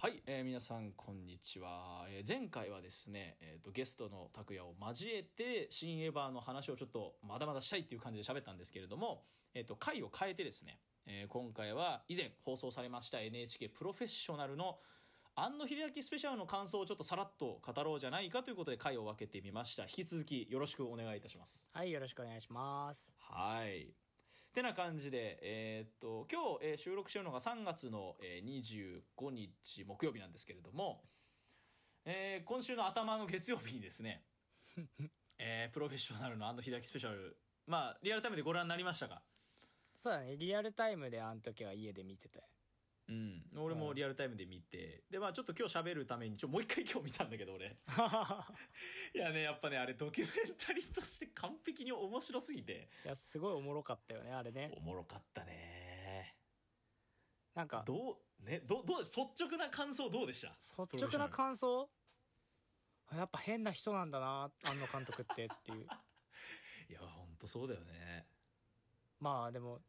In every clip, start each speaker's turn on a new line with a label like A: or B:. A: はい、えー皆さんこんにちは、えー前回はですね、えー、とゲストの拓也を交えて「新エヴァ」の話をちょっとまだまだしたいっていう感じで喋ったんですけれども、えー、と回を変えてですね、えー今回は以前放送されました NHK プロフェッショナルの庵野秀明スペシャルの感想をちょっとさらっと語ろうじゃないかということで回を分けてみました引き続きよろしくお願いいたします
B: はい、よろしくお願いします。
A: はい。てな感じで、えーっと、今日、えー収録してるのが3月の、えー25日木曜日なんですけれども、えー今週の頭の月曜日にです ね、えープロフェッショナルの安藤秀明スペシャル、まあ、リアルタイムでご覧になりましたか
B: そうだね、リアルタイムであの時は家で見てて。
A: うん、俺もリアルタイムで見て、でまあちょっと今日喋るためにちょもう一回今日見たんだけど俺いやねやっぱねあれドキュメンタリーとして完璧に面白すぎて
B: いや、すごいおもろかったよね、あれね。
A: おもろかったね
B: なんか、
A: どうねどうどうで率直な感想どうでした
B: 率直な感想やっぱ変な人なんだな、庵野監督ってっていう。
A: いや本当そうだよね
B: まあでも、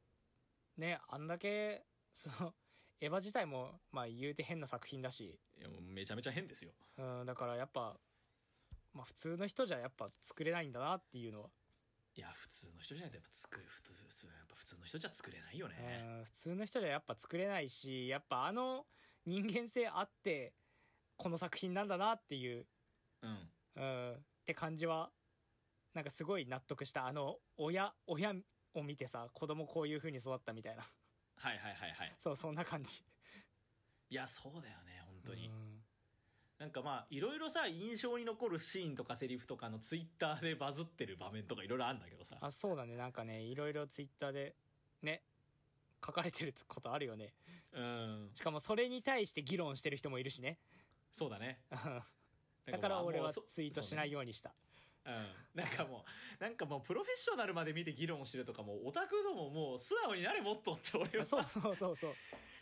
B: ね、あんだけ、その、エヴァ自体も、まあ言うて変な作品だし、
A: いやもうめちゃめちゃ変ですよ
B: うん、だからやっぱ、まあ普通の人じゃやっぱ作れないんだなっていうのは、
A: いや普通の人じゃないとやっぱ作る普通普通やっぱ普通の人じゃ作れないよね
B: うん普通の人じゃやっぱ作れないしやっぱあの人間性あってこの作品なんだなっていう、
A: うん
B: うん、って感じはなんかすごい納得したあの親親を見てさ子供こういう風に育ったみたいな
A: はいはいはいはい
B: そうそんな感じ
A: いやそうだよね本当に、
B: うん
A: なんかまあいろいろさ印象に残るシーンとかセリフとかのツイッターでバズってる場面とかいろいろあるんだけどさ
B: あそうだねなんかねいろいろツイッターでね書かれてることあるよね
A: うん
B: しかもそれに対して議論してる人もいるしね
A: そうだね
B: だから俺
A: も
B: は
A: うそ
B: ツイートしないようにした
A: うん、なんかもうなんかもうプロフェッショナルまで見て議論してるとかもうオタクどももう素直になれもっとって俺は
B: そうそうそうそう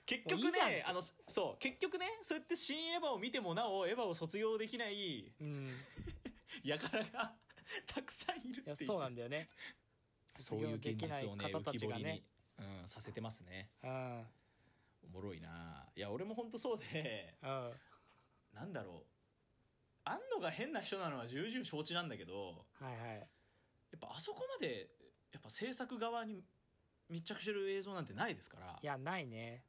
A: 結局
B: もういいじゃ
A: ね
B: ん
A: あのそう結局ねそうやって新エヴァを見てもなおエヴァを卒業できない
B: うんい
A: 輩が たくさんいるっていう
B: やそうなんだよね
A: そ
B: 卒
A: ういう
B: 業
A: 現
B: できない
A: 実をね
B: 方
A: 浮
B: た
A: き
B: ち
A: 彫
B: が
A: り
B: ね
A: に、うん、させてますね
B: うんうん
A: おもろいないや俺も本当そうで
B: は
A: なんだろう安野が変な人なのは重々承知なんだけど
B: いはい
A: やっぱあそこまでやっぱ制作側に密着してる映像なんてないですから
B: いやないね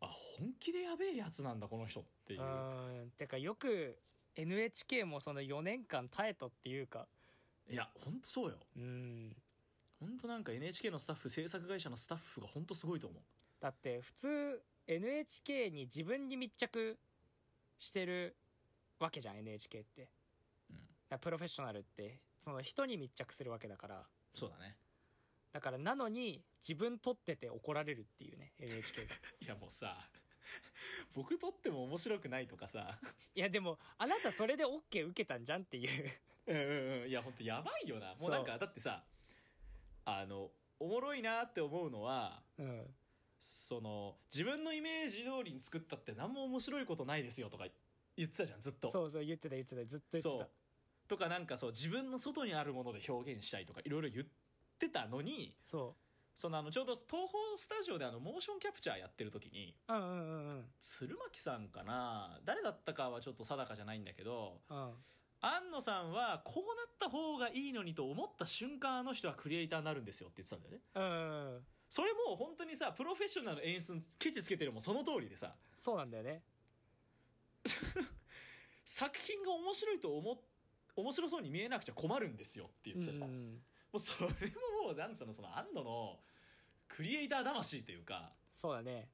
A: あ本気でやべえやつなんだこの人っていうう、
B: んてかよく NHK もその4年間耐えたっていうか
A: いや本当そうよ
B: うん
A: 本当なんか NHK のスタッフ制作会社のスタッフが本当すごいと思う
B: だって普通 NHK に自分に密着してるわけじゃん NHK ってだか
A: うん
B: らプロフェッショナルってその人に密着するわけだから
A: そうだね
B: だからなのに自分撮ってて怒られるっていうね NHK が
A: いやもうさ 僕撮っても面白くないとかさ
B: いやでもあなたそれで OK 受けたんじゃんって いう
A: うんうんうんいや本当やばいよなもうなんかだってさあのおもろいなって思うのは
B: うん
A: その自分のイメージ通りに作ったって何も面白いことないですよとか言ってたじゃんずっと
B: そうそう言ってた言ってたずっと言って
A: そ
B: た
A: うとかなんかそう自分の外にあるもので表現したいとかいろいろ言ってたのに
B: そ
A: そのあのちょうど東宝スタジオであのモーションキャプチャーやってる時に
B: ううんうんうんうん
A: 鶴巻さんかな誰だったかはちょっと定かじゃないんだけど
B: うん
A: 庵野さんはこうなった方がいいのにと思った瞬間あの人はクリエイターになるんですよって言ってたんだよね
B: うんうん
A: それもう本当にさプロフェッショナルの演出にケチつけてるのもその通りでさ
B: そうなんだよね
A: 作品が面白いと思っ面白そうに見えなくちゃ困るんですよって言
B: う
A: っ
B: ん
A: てた、
B: う
A: も
B: ん
A: うそれももうなんつうのその庵野のクリエイター魂というか
B: そうだね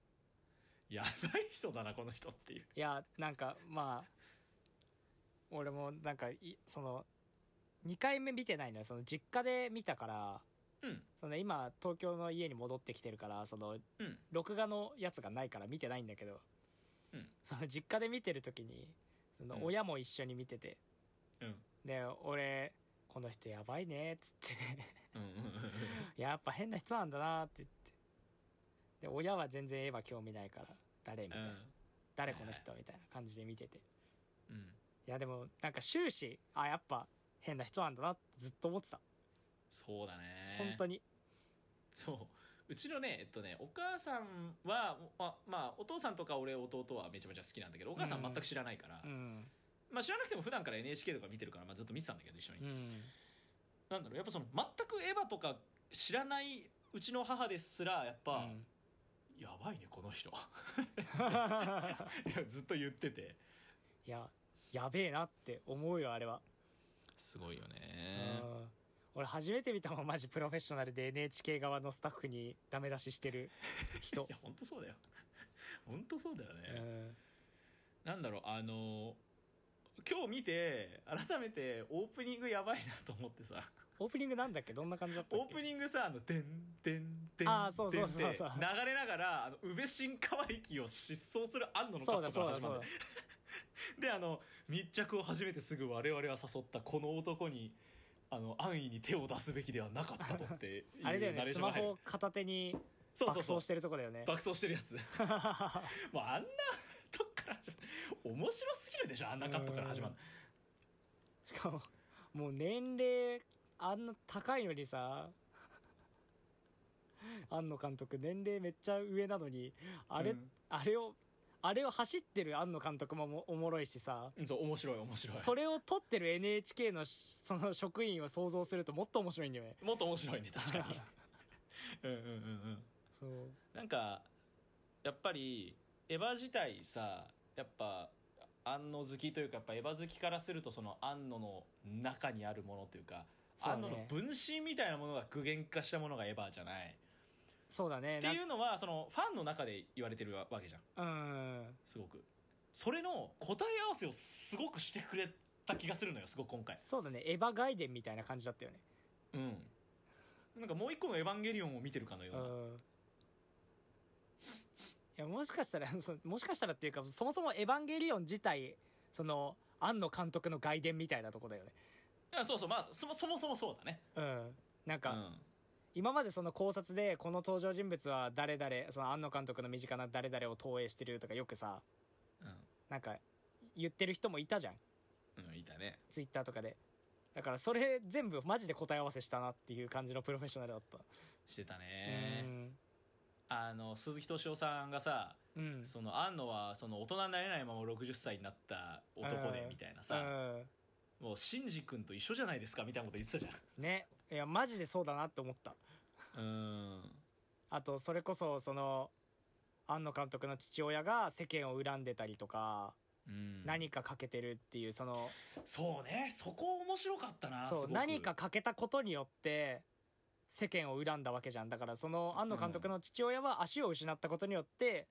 A: やばい人だなこの人っていう
B: いやなんかまあ俺もなんかいその2回目見てないのよその実家で見たから
A: うん
B: その今東京の家に戻ってきてるからその
A: うん
B: 録画のやつがないから見てないんだけど
A: うん
B: その実家で見てる時にその親も一緒に見てて、
A: うん
B: で俺この人やばいねっつって
A: うんうんうんうん
B: やっぱ変な人なんだなって言ってで親は全然エヴァ興味ないから誰みたいな、誰この人みたいな感じで見ててい
A: うんうん
B: やでもなんか終始あやっぱ変な人なんだなってずっと思ってた
A: そうだね
B: 本当に
A: そううちのねえっとねお母さんはままあお父さんとか俺弟はめちゃめちゃ好きなんだけどお母さん全く知らないから、
B: うん
A: まあ、知らなくても普段から NHK とか見てるから、まあ、ずっと見てたんだけど一緒に、
B: うん
A: なんだろうやっぱその全くエヴァとか知らないうちの母ですらやっぱ、
B: うん
A: やばいねこの人 いやずっと言ってて
B: いややべえなって思うよあれは、
A: すごいよね
B: うん俺初めて見たもんマジプロフェッショナルで NHK 側のスタッフにダメ出しし てる人
A: いや本当そうだよ 本当そうだよ
B: う
A: ね、
B: ん
A: なんだろうあの今日見て改めてオープニングやばいなと思ってさ
B: オープニングなんだっけどんな感じだったっ
A: オ
B: け
A: ープニングさあの「てんてんてん」
B: あーそうそうそうそう
A: てんって流れながらあの宇部新川駅を疾走する安野のカ
B: そう
A: ッ
B: だ
A: トか
B: そう
A: ら
B: だ
A: 始ま
B: そう
A: る
B: だ
A: であの密着を始めてすぐ我々は誘ったこの男にあの安易に手を出すべきではなかったとっていう
B: あれだよ
A: ナレ
B: ね
A: ーシ
B: ス
A: ョンが
B: マ
A: 入る
B: ホ片手に
A: そう
B: 爆
A: そうそう
B: 走してるとこだよね
A: 爆走してるやつもうあんなとこから始まる面白すぎるでしょあんなカットから始まる
B: しかももう年齢あんな高いのにさ庵野監督年齢めっちゃ上なのにあれ、
A: うん
B: あれをあれを走ってる庵野監督ももおもろいしさ
A: うんそう面白い面白い
B: それを撮ってる NHK のしその職員を想像するともっと面白いんだよね
A: もっと面白いね確か にうんうんうんうん
B: そう
A: なんかやっぱりエヴァ自体さやっぱ安野好きというかやっぱエヴァ好きからするとその安野の中にあるものというか
B: そう
A: 安野の
B: ね
A: 分身みたいなものが具現化したものがエヴァじゃない
B: そうだね
A: っていうのはそのファンの中で言われてるわけじゃん
B: なんうん
A: すごくそれの答え合わせをすごくしてくれた気がするのよすごく今回
B: そうだねエヴァ外伝みたいな感じだったよね
A: うんなんかもう一個の「エヴァンゲリオン」を見てるかのよう
B: う
A: な、
B: んいやもしかしたら そもしかしたらっていうかそもそも「エヴァンゲリオン」自体その庵野監督の外伝みたいなとこだよね
A: あそうそうまあそもそもそもそうだね
B: うんなん
A: う
B: か、
A: ん
B: 今までその考察でこの登場人物は誰々その庵野監督の身近な誰々を投影してるとかよくさ
A: うん
B: なんか言ってる人もいたじゃん
A: うんいたね
B: ツイッターとかでだからそれ全部マジで答え合わせしたなっていう感じのプロフェッショナルだった、
A: してたね
B: うん
A: あの鈴木敏夫さんがさ、
B: うん
A: その安野はその大人になれないまま60歳になった男で
B: うん
A: みたいなさ、もうシンジ君と一緒じゃないですかみたいなこと言ってたじ
B: うんねいやマジでそうだなって思った
A: ゃん。うん、
B: あとそれこそその庵野監督の父親が世間を恨んでたりとか、
A: うん、
B: 何か欠けてるっていうその
A: そうね、そこ面白かったな。
B: そ
A: す
B: う
A: ごく
B: 何か欠けたことによって世間を恨んだわけじゃんだからその庵野監督の父親は足を失ったことによって、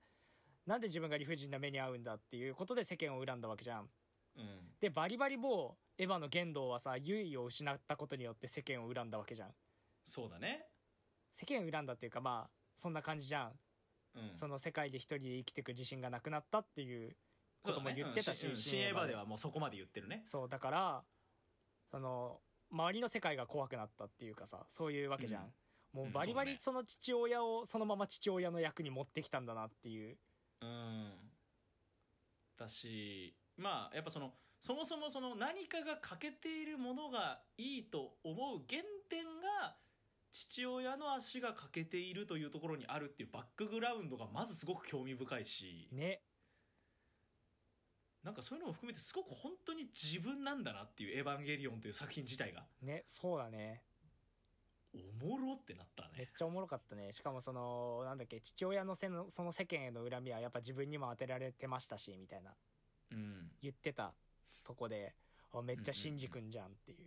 B: なんで自分が理不尽な目に遭うんだっていうことで世間を恨んだわけじゃん。
A: うん、
B: でバリバリもうエヴァの言動はさ優位を失ったことによって世間を恨んだわけじゃん。
A: そうだね。
B: 世間を恨んだっていうかまあそんな感じじゃん
A: うん、
B: その世界で一人で生きてく自信がなくなったっていうことも言ってたし
A: そうだねうん
B: 新
A: 新
B: エ
A: エヴ
B: ヴァで
A: ァではもうそこまで言ってるね。
B: そうだからその周りの世界が怖くなったっていうかさそういうわけじゃん、もうバリバ
A: う
B: リ
A: ん
B: その父親をそのまま父親の役に持ってきたんだなっていう
A: うん。だし、まあやっぱそのそもそもその何かが欠けているものがいいと思う原点が父親の足が欠けているというところにあるっていうバックグラウンドがまずすごく興味深いし、
B: ね
A: なんかそういうのも含めてすごく本当に自分なんだなっていう「エヴァンゲリオン」という作品自体が
B: ねそうだね
A: おもろってなった
B: めっ
A: ね。
B: ちゃおもろかったねしかもそのなんだっけ父親のせのその世間への恨みはやっぱ自分にも当てられてましたしみたいな
A: うん、
B: 言ってたとこであめっちゃシンジ君じゃんっていう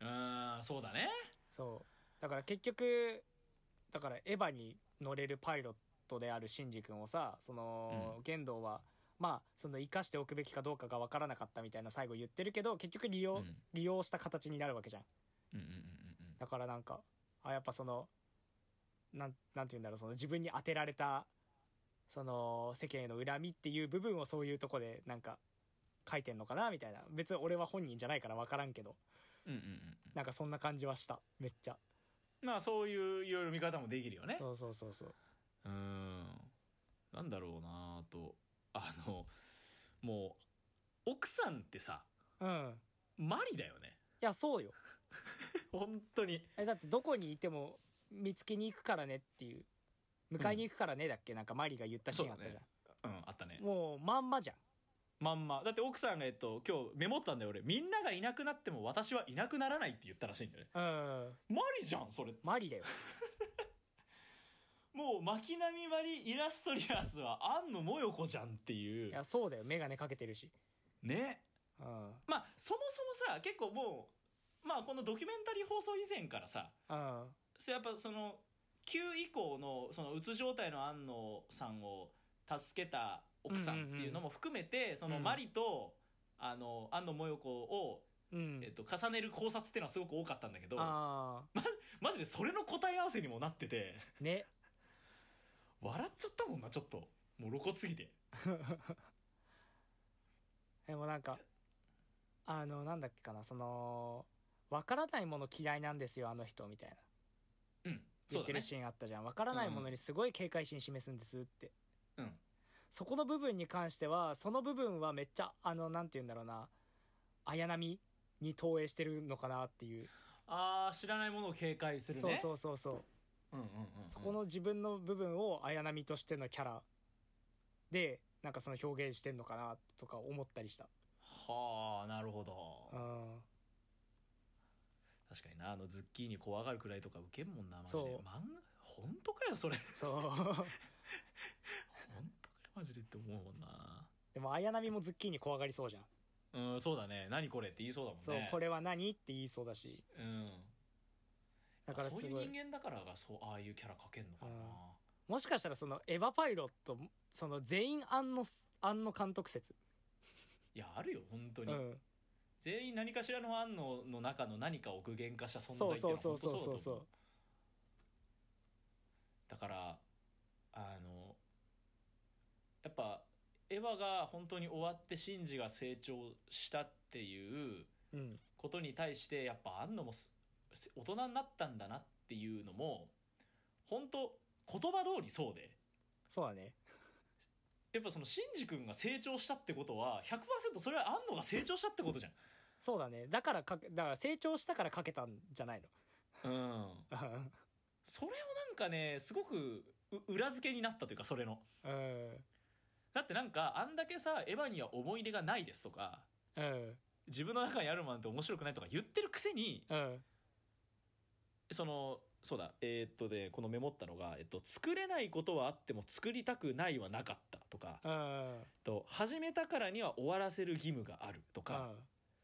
A: あーそうだね。
B: そうだから結局だからエヴァに乗れるパイロットであるシンジ君をさその、玄道はまあその生かしておくべきかどうかが分からなかったみたいな最後言ってるけど結局利
A: う
B: 用、
A: んうん
B: 利用した形になるわけじゃん
A: うんうんうん
B: だからなんかあやっぱそのなんなんて言うんだろうその自分に当てられたその世間への恨みっていう部分をそういうとこでなんか書いてんのかなみたいな別に俺は本人じゃないから分からんけど
A: うんうんうんうんうん
B: なんかそんな感じはしためっちゃ
A: まあそういういろいろ見方もできるよね。
B: そうそうそうそう
A: うーんなんだろうなぁとあのもう奥さんってさ
B: うん
A: マリだよね
B: いやそうよ
A: 本当に
B: えだってどこにいても見つけに行くからねっていう迎えに行くからねだっけなんかマリーが言ったシーンあったじゃん、
A: そううん、あったね。
B: もうまんまじゃん
A: まんま。だって奥さんが、えっと、今日メモったんだよ、俺。みんながいなくなっても私はいなくならないって言ったらしいんだよね。
B: うん
A: マリじゃん、それ。
B: マリだよ
A: もう、巻波マリイラストリアスは、庵野もよこじゃんってい。
B: いうやそうだよ眼鏡かけてるし
A: ね。
B: うん
A: まあ、そもそもさ、結構もう、まあ、このドキュメンタリー放送以前からさ、
B: うん
A: それやっぱその、9以降の、その、うつ状態の庵野さんを助けた奥さんっていうのも含めて、その、
B: うん
A: マリと、あの、庵野もよこを、
B: うん、
A: えっと、重ねる考察っていうのはすごく多かったんだけど、
B: あ
A: マジでそれの答え合わせにもなってて、
B: あね
A: 笑っちゃったもんな、ちょっと。もろこすぎて。
B: でもなんかあのなんだっけかなそのわからないもの嫌いなんですよあの人みたいな
A: うん。
B: 言
A: そう
B: って
A: だ
B: る
A: ね。
B: シーンあったじゃんわからないものにすごい警戒心示すんですって
A: うん。
B: そこの部分に関してはその部分はめっちゃあのなんて言うんだろうな綾波に投影してるのかなっていう、
A: あー、知らないものを警戒するね。
B: そうそうそうそう
A: うんうんうんうん
B: そこの自分の部分を綾波としてのキャラでなんかその表現してんのかなとか思ったりした
A: はあなるほど
B: うん
A: 確かになあのズッキーニ怖がるくらいとかウケんもんなマジで
B: そう
A: 漫画本当かよそれ
B: そう
A: 本当かよマジでって思うもんな
B: でも綾波もズッキーニ怖がりそうじゃん
A: うんそうだね何これって言いそうだもんね
B: そう、これは何って言いそうだし
A: うん
B: だから
A: そう
B: す
A: いう
B: ごい
A: 人間だからがそうああいうキャラ描けんのかな
B: もしかしたらそのエヴァパイロットその全員庵野庵野監督説
A: いやあるよ本当
B: う
A: に、
B: ん
A: 全員何かしらの案のの中の何かを具現化した存在
B: そう
A: ってい
B: そ
A: の
B: うう
A: は
B: そう
A: 本当
B: そ
A: そううだと
B: そう
A: 思う
B: そ
A: だからあのやっぱエヴァが本当に終わってシンジが成長したっていう
B: ううん
A: ことに対してやっぱあんのもすす大人になったんだなっていうのも本当言葉通りそうで
B: そうだね
A: やっぱそのシンジ君が成長したってことは100%それはあんのが成長したってことじゃん。
B: そうだねだからかけだから成長したからかけたんじゃない
A: うん、
B: の
A: それをなんかねすごくう裏付けになったというかそれの。
B: うん
A: だってなんかあんだけさエヴァには思い入れがないですとか
B: うん
A: 自分の中にあるものなんて面白くないとか言ってるくせに
B: うん
A: そのそうだえーっとでこのメモったのが、えっと「作れないことはあっても作りたくないはなかった」とか
B: うん
A: えっと「始めたからには終わらせる義務がある」とか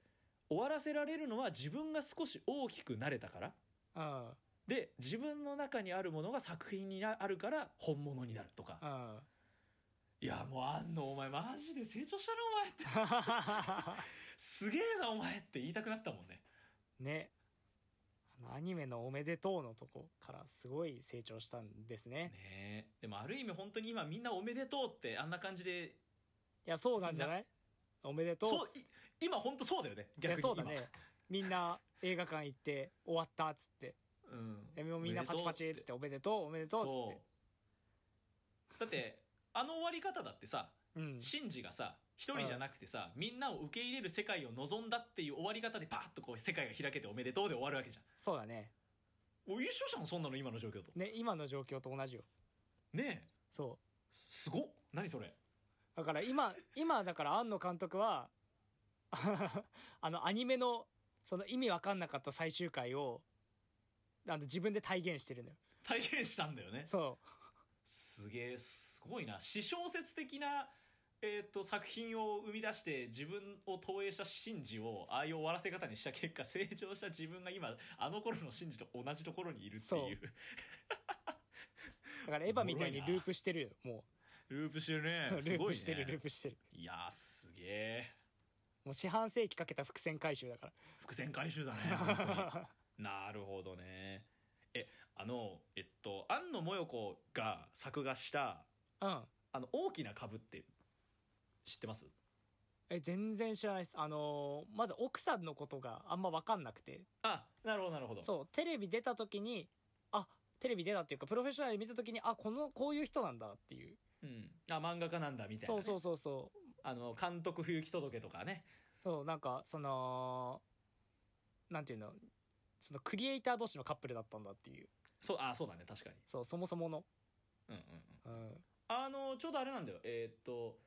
A: 「終わらせられるのは自分が少し大きくなれたから」
B: うん
A: で自分の中にあるものが作品になあるから本物になるとか
B: う、
A: い
B: ん
A: やもうあんのお前マジで成長したなお前ってすげえなお前って言いたくなったもんね
B: ねあのアニメの「おめでとう」のとこからすごい成長したんですね
A: ねえでもある意味本当に今みんなおめでとうってあんな感じで
B: いやそうなんじゃないおめでとう
A: そうい今本当そうだよね
B: い
A: 逆
B: や
A: に
B: そうだねみんな映画館行って終わったっつって
A: 今うん
B: でもみんなパチパチっつっておめでとうおめでとうっつって
A: そうだってあの終わり方だってさ、
B: うん
A: シンジがさ一人じゃなくてさ、みんなを受け入れる世界を望んだっていう終わり方でパーッとこう世界が開けておめでとうで終わるわけじゃ
B: そうだね
A: んお一緒じゃんそんなの今の状況と
B: ね今の状況と同じよ
A: ねえ
B: そ
A: すごっ何それ
B: うだから今今だから庵野監督は あのアニメのその意味わかんなかった最終回をあの自分で体現してるのよ
A: 体験したんだよね
B: そ
A: すげえすごいな私小説的な、えー、と作品を生み出して自分を投影したシンジをああいう終わらせ方にした結果成長した自分が今あの頃のシンジと同じところにいるっていう
B: うだからエヴァみたいに
A: おもろいな
B: ループしてるよも
A: ループしてる
B: う、
A: ねす
B: ルー
A: ごい
B: プ
A: ね
B: してるループしてる
A: いやーすげえ
B: もう四半世紀かけた伏線回収だか
A: 伏線回 収だね本当に
B: ら
A: なるほどねえあのえっと庵野もよこが作画した
B: うん
A: あの大きな株って知ってます
B: え全然知らないですあのーまず奥さんのことがあんま分かんなくて
A: あなるほどなるほど
B: そうテレビ出た時にあテレビ出たっていうかプロフェッショナル見た時にあこのこういう人なんだっていう
A: う、ん、あ漫画家なんだみたいな
B: そ
A: ね、
B: うそうそうそう
A: あの、監督不行き届けとかね。
B: そうなんかそのなんていうのそのクリエイター同士のカップルだったんだっていう
A: そう、あ、そうだね、確かに。
B: そうそもそもの
A: うんうんうん
B: うん、
A: あのちょうどあれなんだよえーっと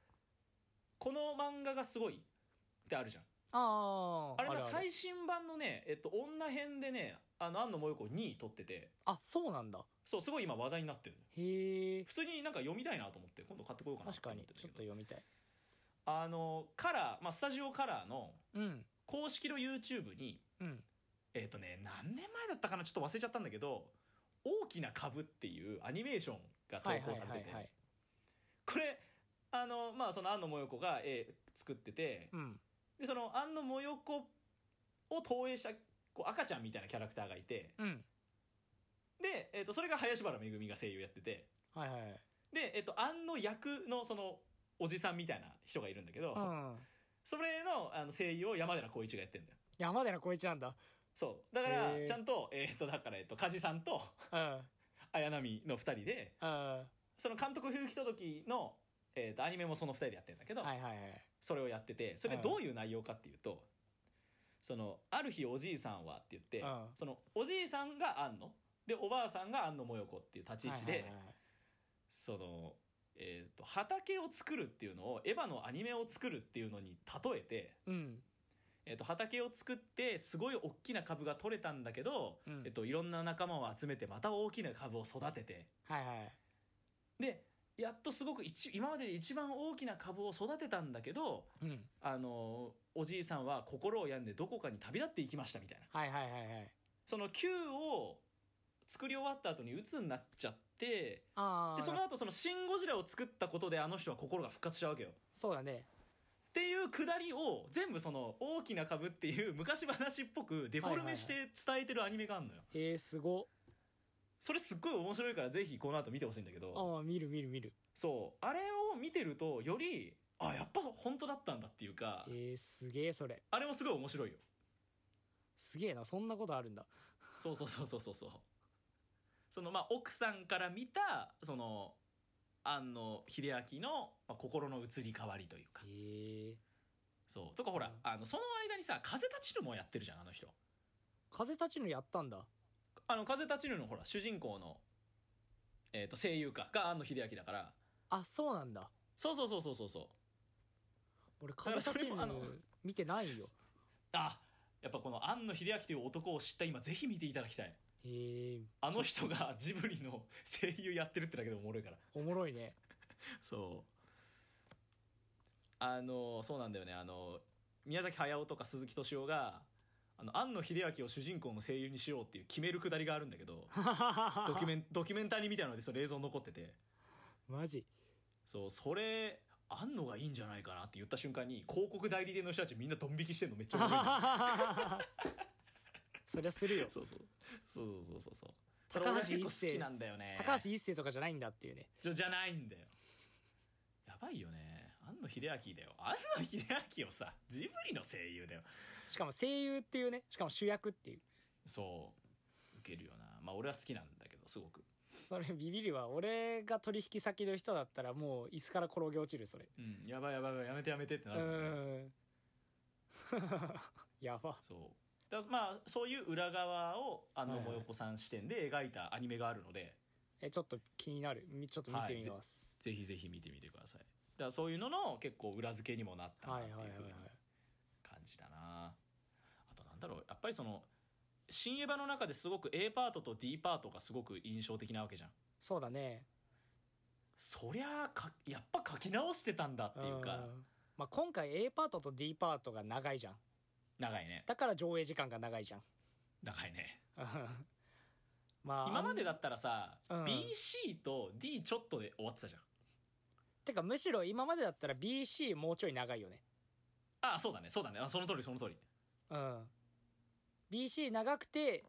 A: この漫画がすごいってあるじゃん
B: ああ
A: あれの最新版のねえっと女編でねあの安野萌子2位取ってて
B: あそうなんだ
A: そうすごい今話題になってる
B: へえ
A: 普通になんか読みたいなと思って今度買ってこようかな
B: 確かに
A: て思
B: ちょ
A: っ
B: ってと
A: るんだけど
B: 読みたい
A: あのカラー、まあ、スタジオカラーの
B: うん
A: 公式の YouTube に
B: うん
A: えっ、とね何年前だったかなちょっと忘れちゃったんだけど「大きな株」っていうアニメーションが投
B: はいはい
A: 稿
B: は
A: されて
B: いは
A: て
B: い
A: これあのまあその安野萌子が絵作ってて
B: うん
A: でその安野萌子を投影したこう赤ちゃんみたいなキャラクターがいて
B: うん
A: で、えー、とそれが林原めぐみが声優やってて
B: はいはいはい
A: で、えっと安野役のそのおじさんみたいな人がいるんだけど、
B: うん
A: それのあの声優を山寺宏一がやってんだよ。
B: 山寺宏一なんだ
A: そうだから
B: へー
A: ちゃんと,、えっとだから、えっと梶さんと
B: うん
A: 綾波の2人で
B: うんは
A: その監督風紀届の、えー、とアニメもその2人でやってるんだけ
B: い
A: ど、
B: はいはい
A: それをやっててそれ
B: うん
A: どういう内容かっていうと、そのある日おじいさんはって言って、
B: うん
A: そのおじいさんが庵野でおばあさんが庵野もよこっていう立ち位置で、
B: はいはいはい
A: その、えー、と畑を作るっていうのをエヴァのアニメを作るっていうのに例えて。
B: うん
A: えー、と畑を作ってすごい大きな株が取れたんだけど、
B: うん
A: えっといろんな仲間を集めてまた大きな株を育てて
B: はいはい
A: でやっとすごく一今までで一番大きな株を育てたんだけど
B: うん
A: あのおじいさんは心を病んでどこかに旅立っていきましたみたいな
B: はいはいはいはい
A: その球を作り終わった後に鬱になっちゃって
B: ああ
A: でその後その「シン・ゴジラ」を作ったことであの人は心が復活しちゃうわけよ。
B: そうだね
A: っていうくだりを全部その「大きな株」っていう昔話っぽくデフォルメして伝えてるアニメがあるのよ。
B: へえすご
A: それすっごい面白いからぜひこの後見てほしいんだけど。
B: ああ見る見る見る
A: そうあれを見てるとよりあやっぱ本当だったんだっていうか
B: えー、すげえそれ
A: あれもすごい面白いよ
B: すげえなそんなことあるんだ
A: そうそうそうそうそうそうそのまあ奥さんから見たその庵野秀明の、まあ、心の移り変わりというか
B: へえ
A: そうとかほら、
B: うん
A: あのその間にさ「風立ちぬ」もやってるじゃんあの人
B: 風立ちぬやったんだ
A: あの風立ちぬのほら主人公の、えー、と声優かが庵野秀明だから
B: あそうなんだ
A: そうそうそうそうそうそう
B: 俺
A: ら
B: 風立
A: そ
B: ち
A: れもあの
B: ぬ見てないよ
A: あやっぱこの庵野秀明という男を知った今ぜひ見ていただきたい
B: へえ
A: あの人がジブリの声優やってるってだけでもおもろいから。
B: おもろいね
A: そう。あの、そうなんだよね。あの、宮崎駿とか鈴木敏夫が、あの、庵野秀明を主人公の声優にしようっていう決めるくだりがあるんだけど、ドキュメン、ドキュメンタリーみたいなので、その映像残ってて、
B: マ ジ
A: そう、それ、庵野がいいんじゃないかなって言った瞬間に、広告代理店の人たちみんなドン引きしてんのめっちゃ面白い。
B: そりゃする よ
A: そうそう。そうそうそうそう。
B: 高橋
A: それ俺結構
B: 一生
A: 好きなんだよね。
B: 高橋一生とかじゃないんだっていうね
A: じゃじゃないんだよ。やばいよね。庵野秀明だよ。庵野秀明をさ、ジブリの声優だよ。
B: しかも声優っていうねしかも主役っていう
A: そう。受けるよな。まあ俺は好きなんだけど、すごく。
B: それビビるわ俺が取引先の人だったらもう椅子から転げ落ちるそれ
A: うん。やばいやばいやばい、やめてやめてって
B: う
A: なるもんね、
B: ーん やば
A: そう。だまあ、そういう裏側を安野もよこさん視点で描いたアニメがあるので、
B: えちょっと気になるみちょっと見てみます、
A: ぜひぜひ見てみてください。だからそういうのの結構裏付けにもなったな
B: は
A: っ
B: い、
A: て
B: はい
A: いう
B: はいはい
A: ふうに感じだなあとなんだろうやっぱりその「新エヴァ」の中ですごく A パートと D パートがすごく印象的なわけじゃん
B: そうだね
A: そりゃあかやっぱ書き直してたんだっていうか
B: んまあ、今回 A パートと D パートが長いじゃん
A: 長いね
B: だから上映時間が長いじゃん
A: 長いね
B: まあ
A: 今までだ
B: あん
A: ったらさ、
B: うん
A: BC と D ちょっとで終わってたじゃん
B: てかむしろ今までだったら BC もうちょい長いよね
A: ああそうだねそうだねあその通りその通り
B: うん BC 長くて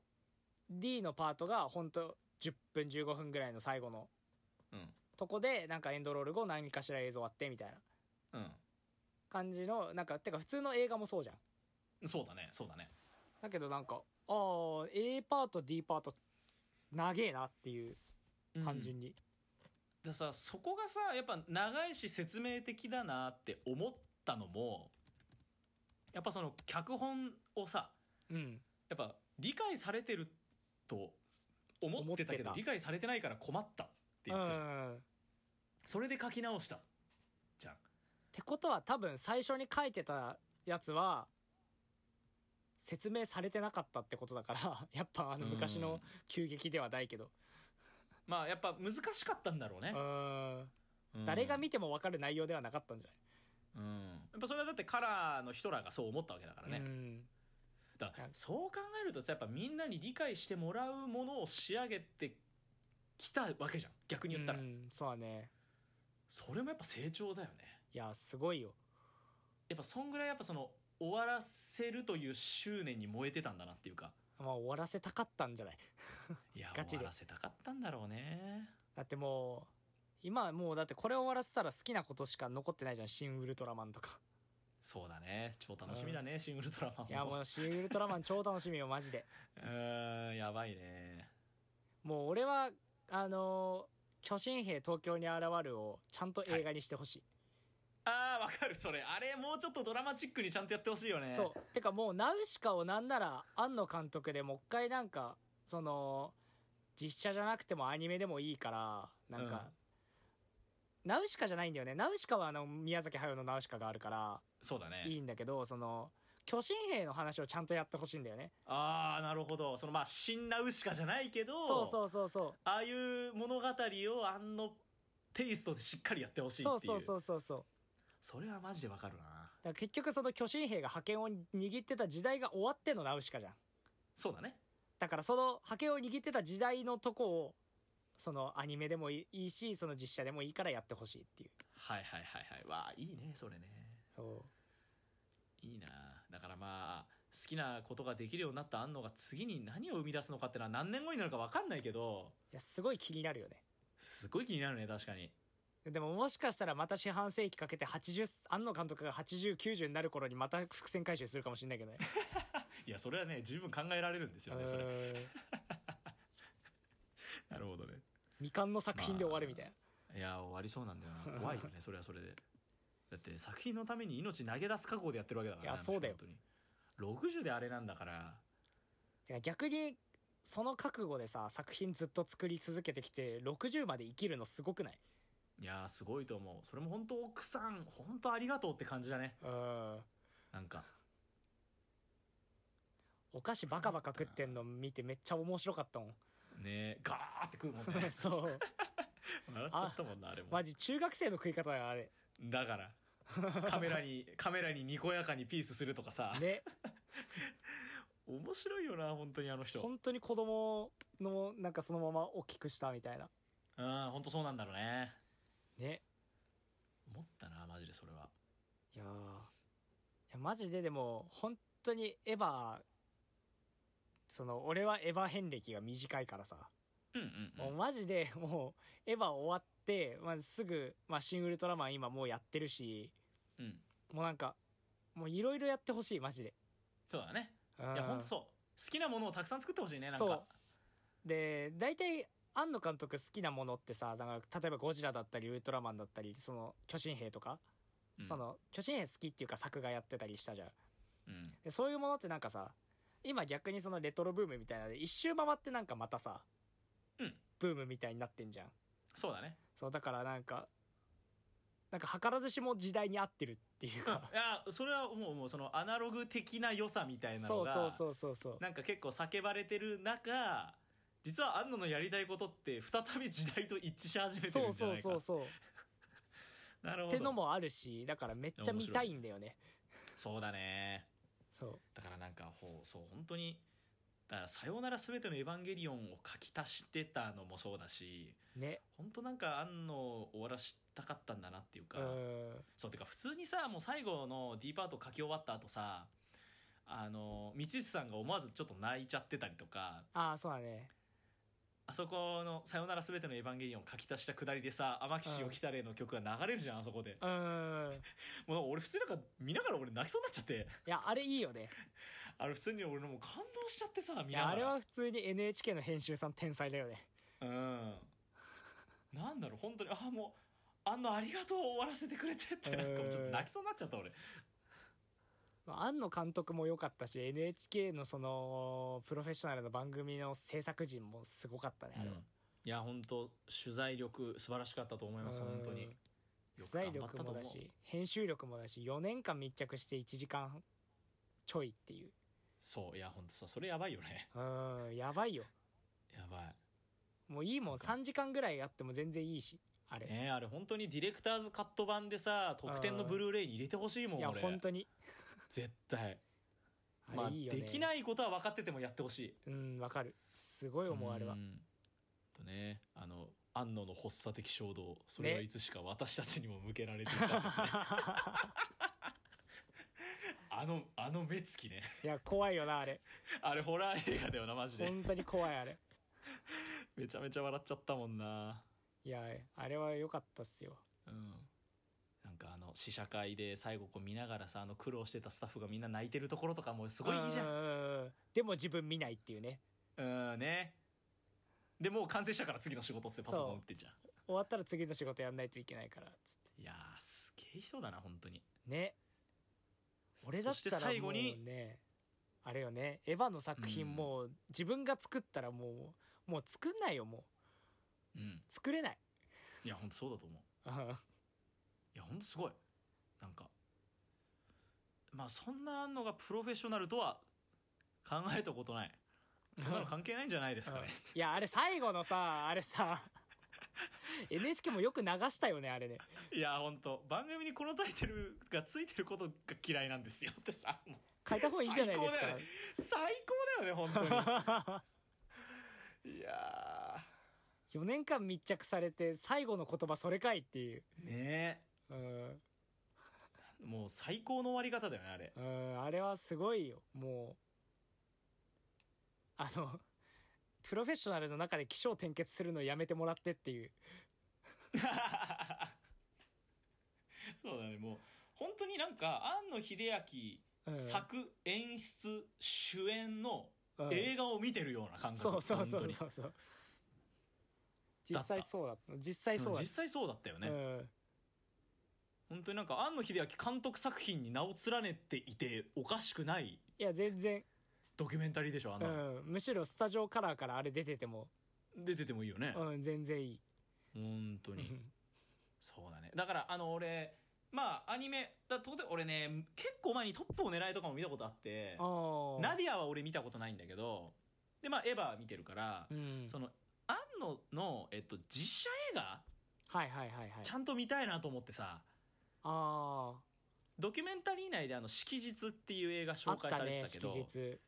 B: D のパートがほんと10分15分ぐらいの最後の
A: うん
B: とこでなんかエンドロール後何かしら映像あってみたいな
A: う
B: 感じのなんかてか普通の映画もそうじゃん
A: んそうだねそうだね
B: だけどなんかああ A パート D パート長えなっていう単純に、
A: でさそこがさやっぱ長いし説明的だなって思ったのもやっぱその脚本をさ
B: うん
A: やっぱ理解されてると思ってたけど
B: 思ってた
A: 理解されてないから困ったってってやつ、
B: うんっ
A: それで書き直したじゃん
B: てことは多分最初に書いてたやつは説明されてなかったってことだから やっぱあの昔
A: うん
B: の急激ではないけど
A: まあやっぱ難しかったんだろうね
B: う、ん
A: うん
B: 誰が見ても分かる内容ではなかったんじ
A: うんやっぱそれはだってカラーの人らがそう思ったわけだか
B: ゃ
A: ら
B: な
A: ね
B: い、うん
A: だからそう考えるとさやっぱみんなに理解してもらうものを仕上げてきたわけじゃん逆に言ったら、
B: うんそうだね
A: それもやっぱ成長だよね
B: いやすごいよ
A: やっぱそんぐらいやっぱその終わらせるという執念に燃えてたんだなっていうか
B: まあ終わらせたかったんじゃない
A: いや
B: ガチ
A: 終
B: で
A: わらせたかったんだろうね
B: だってもう今はもうだってこれを終わらせたら好きなことしか残ってないじゃん「新ウルトラマン」とか
A: そうだね超楽しみだね、シン・ウルトラマンも
B: いやもう「新ウルトラマン」超楽しみよマジで
A: うーんやばいね
B: もう俺はあのー巨神兵東京に現る」をちゃんと映画にしてほしい、
A: あーわかるそれあれもうちょっとドラマチックにちゃんとやってほしいよね
B: そうてかもうナウシカをなんなら庵野監督でもう一回なんかその実写じゃなくてもアニメでもいいからなんか、ナウシカじゃないんだよねナウシカはあの宮崎駿のナウシカがあるから
A: そうだね
B: いいんだけどその巨神兵の話をちゃんとやってほしいんだよね
A: ああなるほどそのまあ新ナウシカじゃないけど
B: そうそうそうそ
A: ああいう物語をあのテイストでしっかりやってほしい
B: う
A: ってい
B: そううそうそうそうそう
A: それはマジでわかるな
B: だから結局その巨神兵が覇権を握ってた時代が終わってのナウシカじゃん
A: そうだね
B: だからその覇権を握ってた時代のとこをそのアニメでもいいしその実写でもいいからやってほしいっていう
A: はいはいはいはいわあいいねそれね
B: そ
A: いいなだからまあ好きなことができるようになった安野が次に何を生み出すのかってのは何年後になるかわかんないけど
B: ういやすごい気になるよね
A: すごい気になるね確かに
B: でももしかしたらまた四半世紀かけて80庵野監督が8090になる頃にまた伏線回収するかもしれないけどね
A: いやそれはね十分考えられるんですよねそれなるほどね
B: 未完の作品で終わるみたいな、
A: いや終わりそうなんだよな怖いよねそれはそれでだって作品のために命投げ出す覚悟でやってるわけだから
B: いやそうだよ
A: あの人本当に60であれなんだから
B: てか逆にその覚悟でさ作品ずっと作り続けてきて60まで生きるのすごくない
A: いやーすごいと思うそれも本当奥さん本当ありがとうって感じだね
B: うん
A: なんか
B: お菓子バカバカ食ってんの見てめっちゃ面白かったもん
A: ねガーって 食うもんね
B: そ
A: 笑
B: う
A: っちゃったもんなあれも
B: マジ中学生の食い方だよあれ
A: だから カメラにカメラににこやかにピースするとかさ、
B: ね
A: 面白いよな本当にあの人
B: 本当に子供のなんかそのまま大きくしたみたいな
A: うん本当そうなんだろうね
B: ね
A: 思ったなマジでそれはい
B: やーいやマジででも本当にエヴァその俺はエヴァ遍歴が短いからさ、
A: うんうん、
B: もうマジでもうエヴァ終わって、まあ、すぐ、まあ、シン・ウルトラマン今もうやってるし
A: うん、
B: もうなんかもういろいろやってほしいマジで
A: そうだね
B: い
A: いや本当そう好きなものをたくさん作ってほしいねなん
B: そ
A: か
B: うで大体庵野監督好きなものってさなんか例えば「ゴジラ」だったり「ウルトラマン」だったりその巨神兵とか、
A: うん
B: その巨神兵好きっていうか作画やってたりしたじゃん
A: うん
B: でそういうものってなんかさ今逆にそのレトロブームみたいなので一周回ってなんかまたさ、
A: うん
B: ブームみたいになってんじゃん
A: そうだね
B: そうだからなんかなんか図らずしも時代に合ってるっていう
A: うんい
B: か、
A: やそれはもうもうそのアナログ的な良さみたいな
B: そ
A: の
B: う
A: が
B: そうそうそうそう
A: なんか結構叫ばれてる中実は安野のやりたいことって再び時代と一致し始めて
B: そ
A: る
B: うん
A: じゃ
B: そ
A: な
B: う
A: いか
B: そうそう
A: なるほ
B: っ
A: ど
B: てのもあるしだからめっちゃ見たいんだよね
A: そうだね
B: そう
A: だからなんかほうそう本当にだから「さようならすべてのエヴァンゲリオン」を書き足してたのもそうだし
B: ね
A: 本当なんか安野を終わらしたかったんだなっていう
B: う
A: か、
B: ん
A: そうてか普通にさもう最後の D パート書き終わった後さあの道下さんが思わずちょっと泣いちゃってたりとか
B: ああそうだね
A: あそこの「さよならすべてのエヴァンゲリオン」書き足したくだりでさ天岸よきたれの曲が流れるじゃんあそこで
B: うん
A: もうなんか俺普通になんか見ながら俺泣きそうになっちゃって
B: いやあれいいよね
A: あれ普通に俺もう感動しちゃってさ
B: い
A: 見なが
B: や
A: ら
B: あれは普通に NHK の編集さん天才だよね
A: うんなんだろう本当にああもうあんのありがとうを終わらせてくれてってなんかもうちょっと泣きそうになっちゃった俺
B: 庵野監督も良かったし NHK のそのプロフェッショナルの番組の制作陣もすごかったねあれは、
A: うんいや本当取材力素晴らしかったと思います
B: うん
A: 本当に
B: 取材力もだし編集力もだし4年間密着して1時間ちょいっていう
A: そういや本当さそれやばいよね
B: うんやばいよ
A: やばい
B: もういいもん3時間ぐらいあっても全然いいしあれ、
A: ねえあれ本当にディレクターズカット版でさ特典のブルーレイに入れてほしいも
B: い
A: ん
B: や
A: 俺
B: 本当に
A: 絶対ま
B: あ
A: あ
B: れいいよね、
A: できないいことは分かっててもやってほしい
B: うんわかるすごい思うあれは
A: んとねあの安野の発作的衝動それはいつしか私たちにも向けられていたんですねあのあの目つきね
B: いや怖いよなあれ
A: あれホラー映画だよなマジで
B: 本当に怖いあれ
A: めちゃめちゃ笑っちゃったもんない
B: やあれは良かったっすよ
A: うんなんかあの試写会で最後こう見ながらさあの苦労してたスタッフがみんな泣いてるところとかもすごいいいじゃん
B: ゃんでも自分見ないっていうね
A: うんねでもう完成したから次の仕事ってパソコン打ってんじゃん
B: 終わったら次の仕事やんないといけないからつっ
A: いやーすげえ人だな本当に
B: てね俺だっ
A: そして
B: たら
A: 最
B: も
A: 後
B: う
A: に
B: ねあれよねエヴァの作
A: う
B: 品
A: ん
B: もう自分が作ったらもうもう作んないよもう
A: うん
B: 作れない
A: いや本当そうだと思う
B: うん
A: いやほんとすごいなんかまあそんなのがプロフェッショナルとは考えたことないそんなの関係ないんじゃないですかね
B: いやあれ最後のさあれさ NHK もよく流したよねあれね
A: いやほんと番組にこのタイトルがついてることが嫌いなんですよ ってさもう
B: 変えた方がいいんじゃないですか
A: 最高だよね最高だよね本 当にいや
B: 4年間密着されて最後の言葉それかいっていう
A: ーね
B: うん
A: えもう最高の終わり方だよねあれ
B: うんあれはすごいよもうあのプロフェッショナルの中で起承転結するのやめてもらってっていう
A: そうだねもう本当になんか庵野秀明
B: うん
A: 作、演出主演の
B: うん
A: 映画を見てるような感覚、
B: そうそうそ
A: 本当
B: う
A: に
B: そうそう
A: だ
B: 実
A: った
B: 際そうだった実際そうだっ
A: 実際そうだったよ
B: た
A: ね、本当になんか庵野秀明監督作品に名を連ねていておかしくない
B: いや全然、
A: ドキュメンタリーでしょあん
B: う
A: なの、
B: ん、むしろスタジオカラーからあれ出てても、
A: 出ててもいいよね、
B: うん、全然いい
A: 本当にそうだねだからあの俺まあアニメだとこで俺ね結構前に「トップを狙い」とかも見たことあって
B: ああ
A: ナディアは俺見たことないんだけどでまあエヴァ見てるから、
B: うん
A: その庵野の、えっと、実写映画
B: はいはいはいはい
A: ちゃんと見たいなと思ってさ
B: あ
A: ドキュメンタリー内であの「色実」っていう映画
B: ああ
A: 紹
B: っ
A: 介
B: た
A: されて
B: ね
A: たけ
B: 祝
A: ど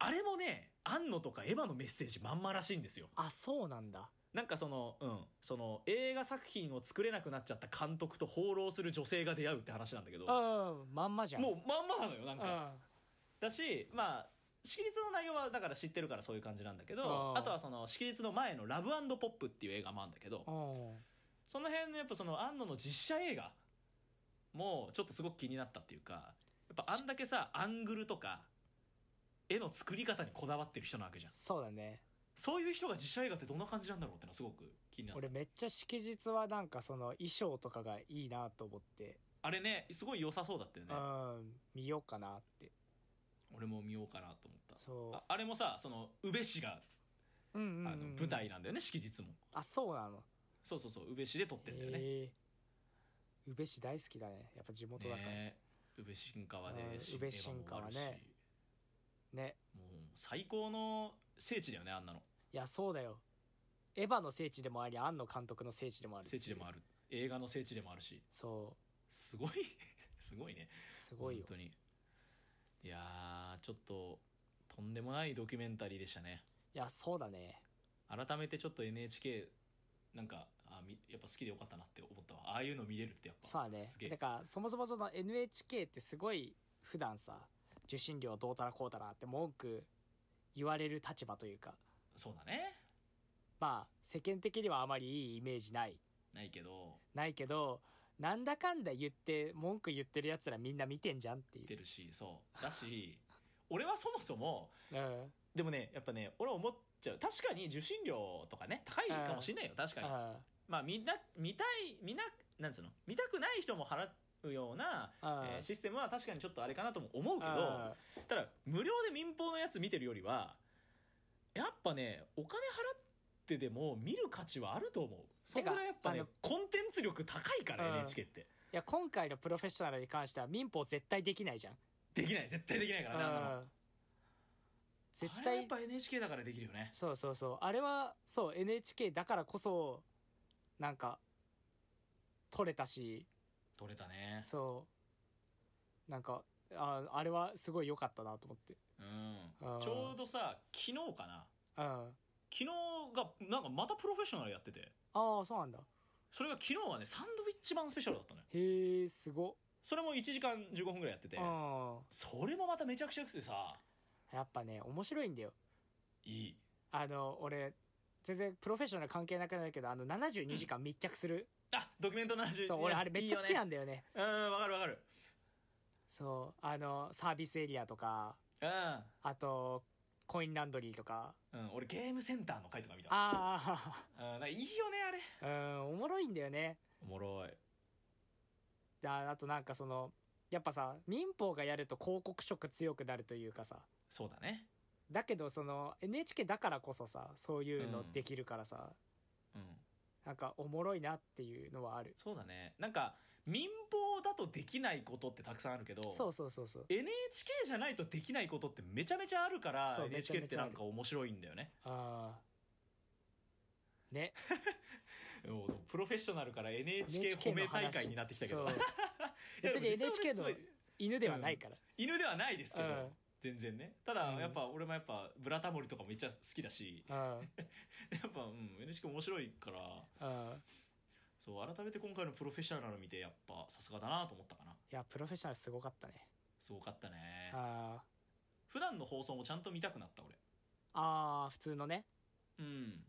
A: あ,、
B: 日
A: れもね庵野とかエヴァのメッセージまんまらしいんですよ
B: あそうなんだ
A: なんかそのうんその映画作品を作れなくなっちゃった監督と放浪する女性が出会うって話なんだけど
B: うんまんまじゃん
A: もうまんまなのよなん
B: う
A: か
B: ん
A: だしまあ式日の内容はだから知ってるからそういう感じなんだけど
B: あー
A: あとはその式日の前の「ラブポップ」っていう映画もあるんだけど
B: うん
A: その辺のやっぱその安野の実写映画もちょっとすごく気になったっていうかやっぱあんだけさアングルとか絵の作り方にこだわってる人なわけじゃん
B: そうだね
A: そういう人が実写映画ってどんな感じなんだろうってのはすごく気になる
B: 俺めっちゃ祝日はなんかその衣装とかがいいなと思って、
A: あれねすごい良さそうだったよね
B: うん見ようかなって
A: 俺も見ようかなと思った
B: そ
A: ああれもさその宇部市が
B: ううんう
A: あ
B: んうん
A: の舞台なんだよね式日も
B: あそうなの
A: そうそうそう宇部市で撮ってんだよね
B: へえ宇部市大好きだねやっぱ地元だからね
A: ねえ宇部新川で
B: うん
A: 新
B: 宇部
A: 映画も
B: 新川ね
A: 終わるしもう最高の聖地だよねあんなの
B: いやそうだよエヴァの聖地でもあり庵野監督の聖地でもある
A: 聖地でもあ
B: る
A: る映画の聖地でもあるし
B: そ
A: すごい すごいね
B: うすごいよ
A: 本当にいやーちょっととんでもないドキュメンタリーでしたね
B: いやそうだね
A: 改めてちょっと NHK なんかあみやっぱ好きでよかったなって思ったわああいうの見れるってやっぱ
B: そうだね
A: すげ
B: だ
A: え
B: からそもそもその NHK ってすごい普段さ受信料どうたらこうたらって文句言われる立場というか
A: そうだね
B: まあ世間的にはあまりいいイメージない
A: ないけど
B: ないけどなんだかんだ言って文句言ってるやつらみんな見てんじゃんってい
A: 出るしそうだし俺はそもそも
B: う、うん、
A: でもねやっぱね俺は思っちゃう確かに受信料とかね高いかもしれないよ確かに
B: あ
A: まあみんな見たい見ななんつうの見たくない人も払うような、
B: あ
A: えーシステムは確かにちょっとあれかなとも思うけどただ無料で民放のやつ見てるよりはやっぱねお金払っってでも見る価値はあると思うそんぐらいやっぱね
B: てか
A: コンテンツ力高いから
B: うん
A: NHK って
B: いや今回のプロフェッショナルに関しては民法絶対できないじゃん
A: できない絶対できないからねあんなの
B: うん絶
A: あれは
B: 対
A: やっぱ NHK だからできるよね
B: そうそうそうあれはそう NHK だからこそなんか取れたし
A: 取れたね
B: そうなんかああれはすごい良かったなと思って
A: うん
B: あー
A: ちょうどさ昨日かな
B: うんあ
A: 昨日がなんかまたプロフェッショナルやってて
B: あそうなんだ
A: それが昨日はねサンドウィッチ版スペシャルだったのよ
B: へえすごっ
A: それも1時間15分ぐらいやってて
B: うん
A: それもまためちゃくちゃ良くてさ
B: やっぱね面白いんだよ
A: いい
B: あの俺全然プロフェッショナル関係なくなるけどあの72時間密着する、
A: あドキュメントの話
B: そう俺あれめっちゃ好きなんんだよね
A: うんわかるわかる
B: そうあのサービスエリアとかあとコインランドリーとか
A: うん、うん、俺ゲームセンターの回とか見た
B: あ
A: うんなんかいいよねあれ
B: あうんおもろいんだよね
A: おもろい
B: ああとなんかそのやっぱさ民法がやると広告色強くなるというかさ
A: そうだね
B: だけどその NHK だからこそさそういうのできるからさ、
A: うん
B: なんかおもろいなっていうのはある
A: そうだねなんか民放だとできないことってたくさんあるけど
B: そうそうそうそう
A: NHK じゃないとできないことってめちゃめちゃあるから
B: そう
A: NHK っ
B: め
A: て
B: ちゃ
A: な
B: めちゃある
A: んか面白いんだよね
B: ああね
A: もうプロフェッショナルから NHK 褒
B: NHK
A: め
B: の話
A: 大会になってきたけど
B: そう
A: いや
B: 別に
A: でも実際
B: NHK の
A: 俺すごい
B: 犬ではないから、
A: 犬ではないですけど、
B: うん
A: 全然ねただ
B: うん
A: やっぱ俺もやっぱ「ブラタモリ」とかもめっちゃ好きだし
B: うん
A: やっぱ、うん、NHK 面白いから
B: うん
A: そう改めて今回のプロフェッショナル見てやっぱさすがだなと思ったかない
B: やプロフェッショナルすごかったね
A: すごかったね
B: あ
A: 普段の放送もちゃんと見たくなった俺
B: あああ普通のね
A: うん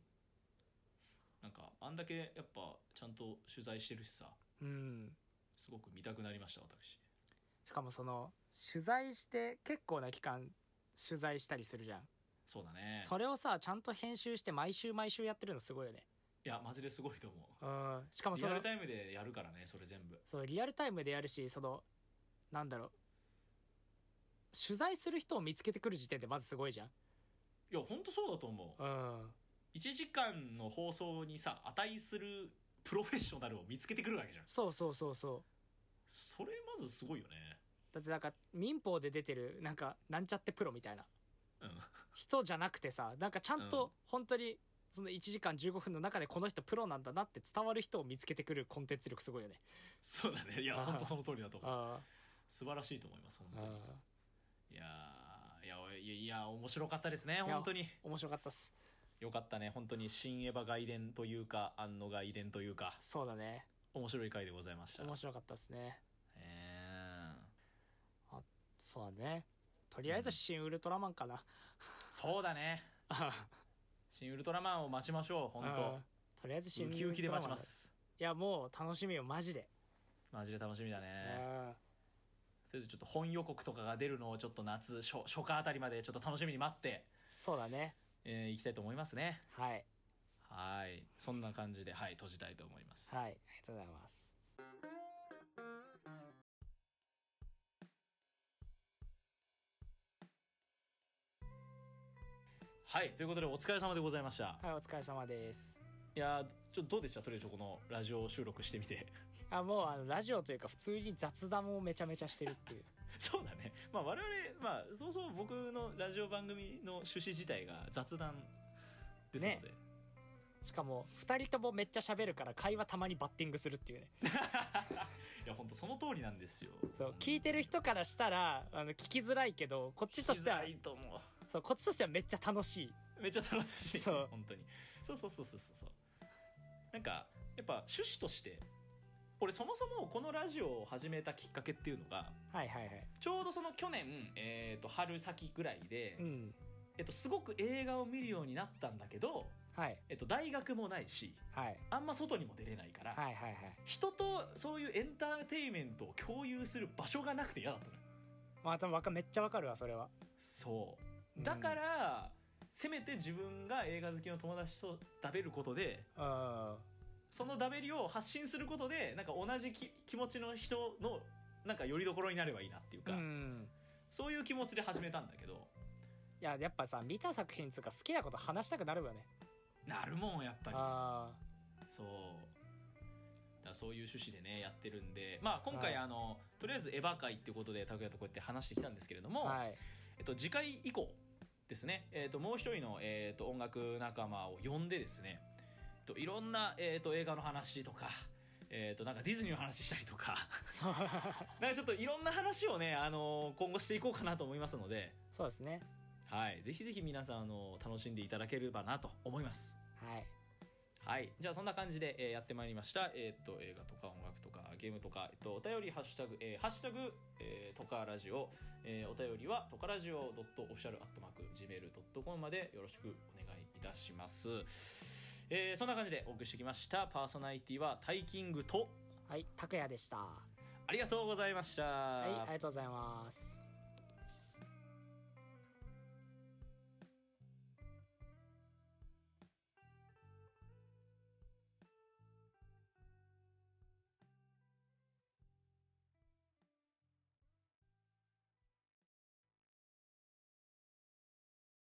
A: なんかあんだけやっぱちゃんと取材してるしさ
B: うん
A: すごく見たくなりました私
B: しかもその取材して結構な期間取材したりするじゃん、
A: そうだね
B: それをさちゃんと編集して毎週毎週やってるのすごいよね
A: いやマジですごいと思う
B: うんしかも
A: リ
B: そ
A: アル
B: の
A: タイムでやるからねそれ全部
B: そうリアルタイムでやるしそのなんだろう取材する人を見つけてくる時点でまずすごいじゃん
A: いや本当そうだと思う
B: うん
A: 1時間の放送にさ値するプロフェッショナルを見つけてくるわけじゃん
B: そうそうそうそう
A: それまずすごいよね
B: だってなんか民法で出てるなんかなんちゃってプロみたいな
A: うん
B: 人じゃなくてさなんかちゃん
A: うん
B: と本当にその1時間15分の中でこの人プロなんだなって伝わる人を見つけてくるコンテンツ力すごいよね
A: そうだねいや
B: あー
A: 本当その通りだと思う
B: あ
A: 素晴らしいと思います本
B: あ
A: 当にいやーいやおいいや面白かったですね本当に
B: 面白かったっす
A: よかったね本当に新エヴァ外伝というか安野外伝というか
B: そうだね
A: 面白い回でございました
B: 面白かったっすね
A: えー
B: そうだねとりあえ
A: う
B: ず
A: ん
B: 新ウルトラマンかな、
A: そうだね新ウルトラマンを待ちましょう
B: うん
A: 本
B: とりあえず
A: 当
B: 新
A: ウ
B: ウ
A: キウキで
B: ルトラマン
A: 待ちます
B: いやもう楽しみよマジで、
A: マジで楽しみだね
B: うん
A: とりあえずちょっと本予告とかが出るのをちょっと夏初初夏あたりまでちょっと楽しみに待って、
B: そうだね
A: えー、行きたいと思いますね
B: はい
A: はいそんな感じではい閉じたいと思います
B: はいありがとうございます
A: はいということでお疲れ様でございました、
B: はいお疲れ様です
A: い、やーちょっとどうでしたとりあえずこのラジオ収録してみて
B: あもうあのラジオというか普通に雑談をめちゃめちゃしてるっていう
A: そうだねまあ我々まあそもそも僕のラジオ番組の趣旨自体が雑談ですので、
B: しかも2人ともめっちゃ喋るから会話たまにバッティングするっていうね
A: いや本当その通りなんですよ
B: そう聞いてる人からしたらあの聞きづらいけどこっちとして
A: 聞
B: は
A: きづらいと思う
B: そうこっちとしてはめっちゃ楽しい
A: めっちゃ楽しい
B: そう
A: 本当にそうそうそうそうそうそうなんかやっぱ趣旨として俺そもそもこのラジオを始めたきっかけっていうのが
B: はいはいはい
A: ちょうどその去年、えー、と春先ぐらいで、
B: うん
A: えっと、すごく映画を見るようになったんだけど、
B: はい
A: えっと、大学もないし
B: はい
A: あんま外にも出れないから、
B: はいはいはい
A: 人とそういうエンターテインメントを共有する場所がなくて嫌だったのよ
B: またわかめっちゃわかるわそれは
A: そううんだから、せめて自分が映画好きの友達と食べることで
B: うん
A: そのダベリを発信することでなんか同じき気持ちの人のなんかよりどころになればいいなっていう
B: う
A: か、
B: ん
A: そういう気持ちで始めたんだけど
B: いややっぱさ見た作品つうか好きなこと話したくなるよね
A: なるもんやっぱり
B: あ
A: そうだからそういう趣旨でねやってるんで、まあ、今回、
B: はい
A: あのとりあえずエヴァ界っていうことで拓哉とこうやって話してきたんですけれど
B: あ
A: も、
B: はい
A: えっと、次回以降ですね、えっと、もう一人の、えっと、音楽仲間を呼んでですね、えっと、いろんな、えっと、映画の話とか、えっと、なんかディズニーの話したりとか
B: そう
A: なんかちょっといろんな話をね、あの今後していこうかなと思いますので、
B: そうですね
A: はい、ぜひぜひ皆さん、あの楽しんでいただければなと思います。
B: はい
A: はい、じゃあそんな感じで、えーやってまいりました、えーっと映画とか音楽とかゲームとか、えっとお便りハッシュタグ、えーハッシュタグ、えー、トカラジオ、えーお便りはトカラジオドットオフィシャルアットマーク gmail.com までよろしくお願いいたします、えーそんな感じでお送りしてきましたパーソナリティはタイキングと
B: はい拓也でしたは
A: ありがとうございました、
B: いありがとうございます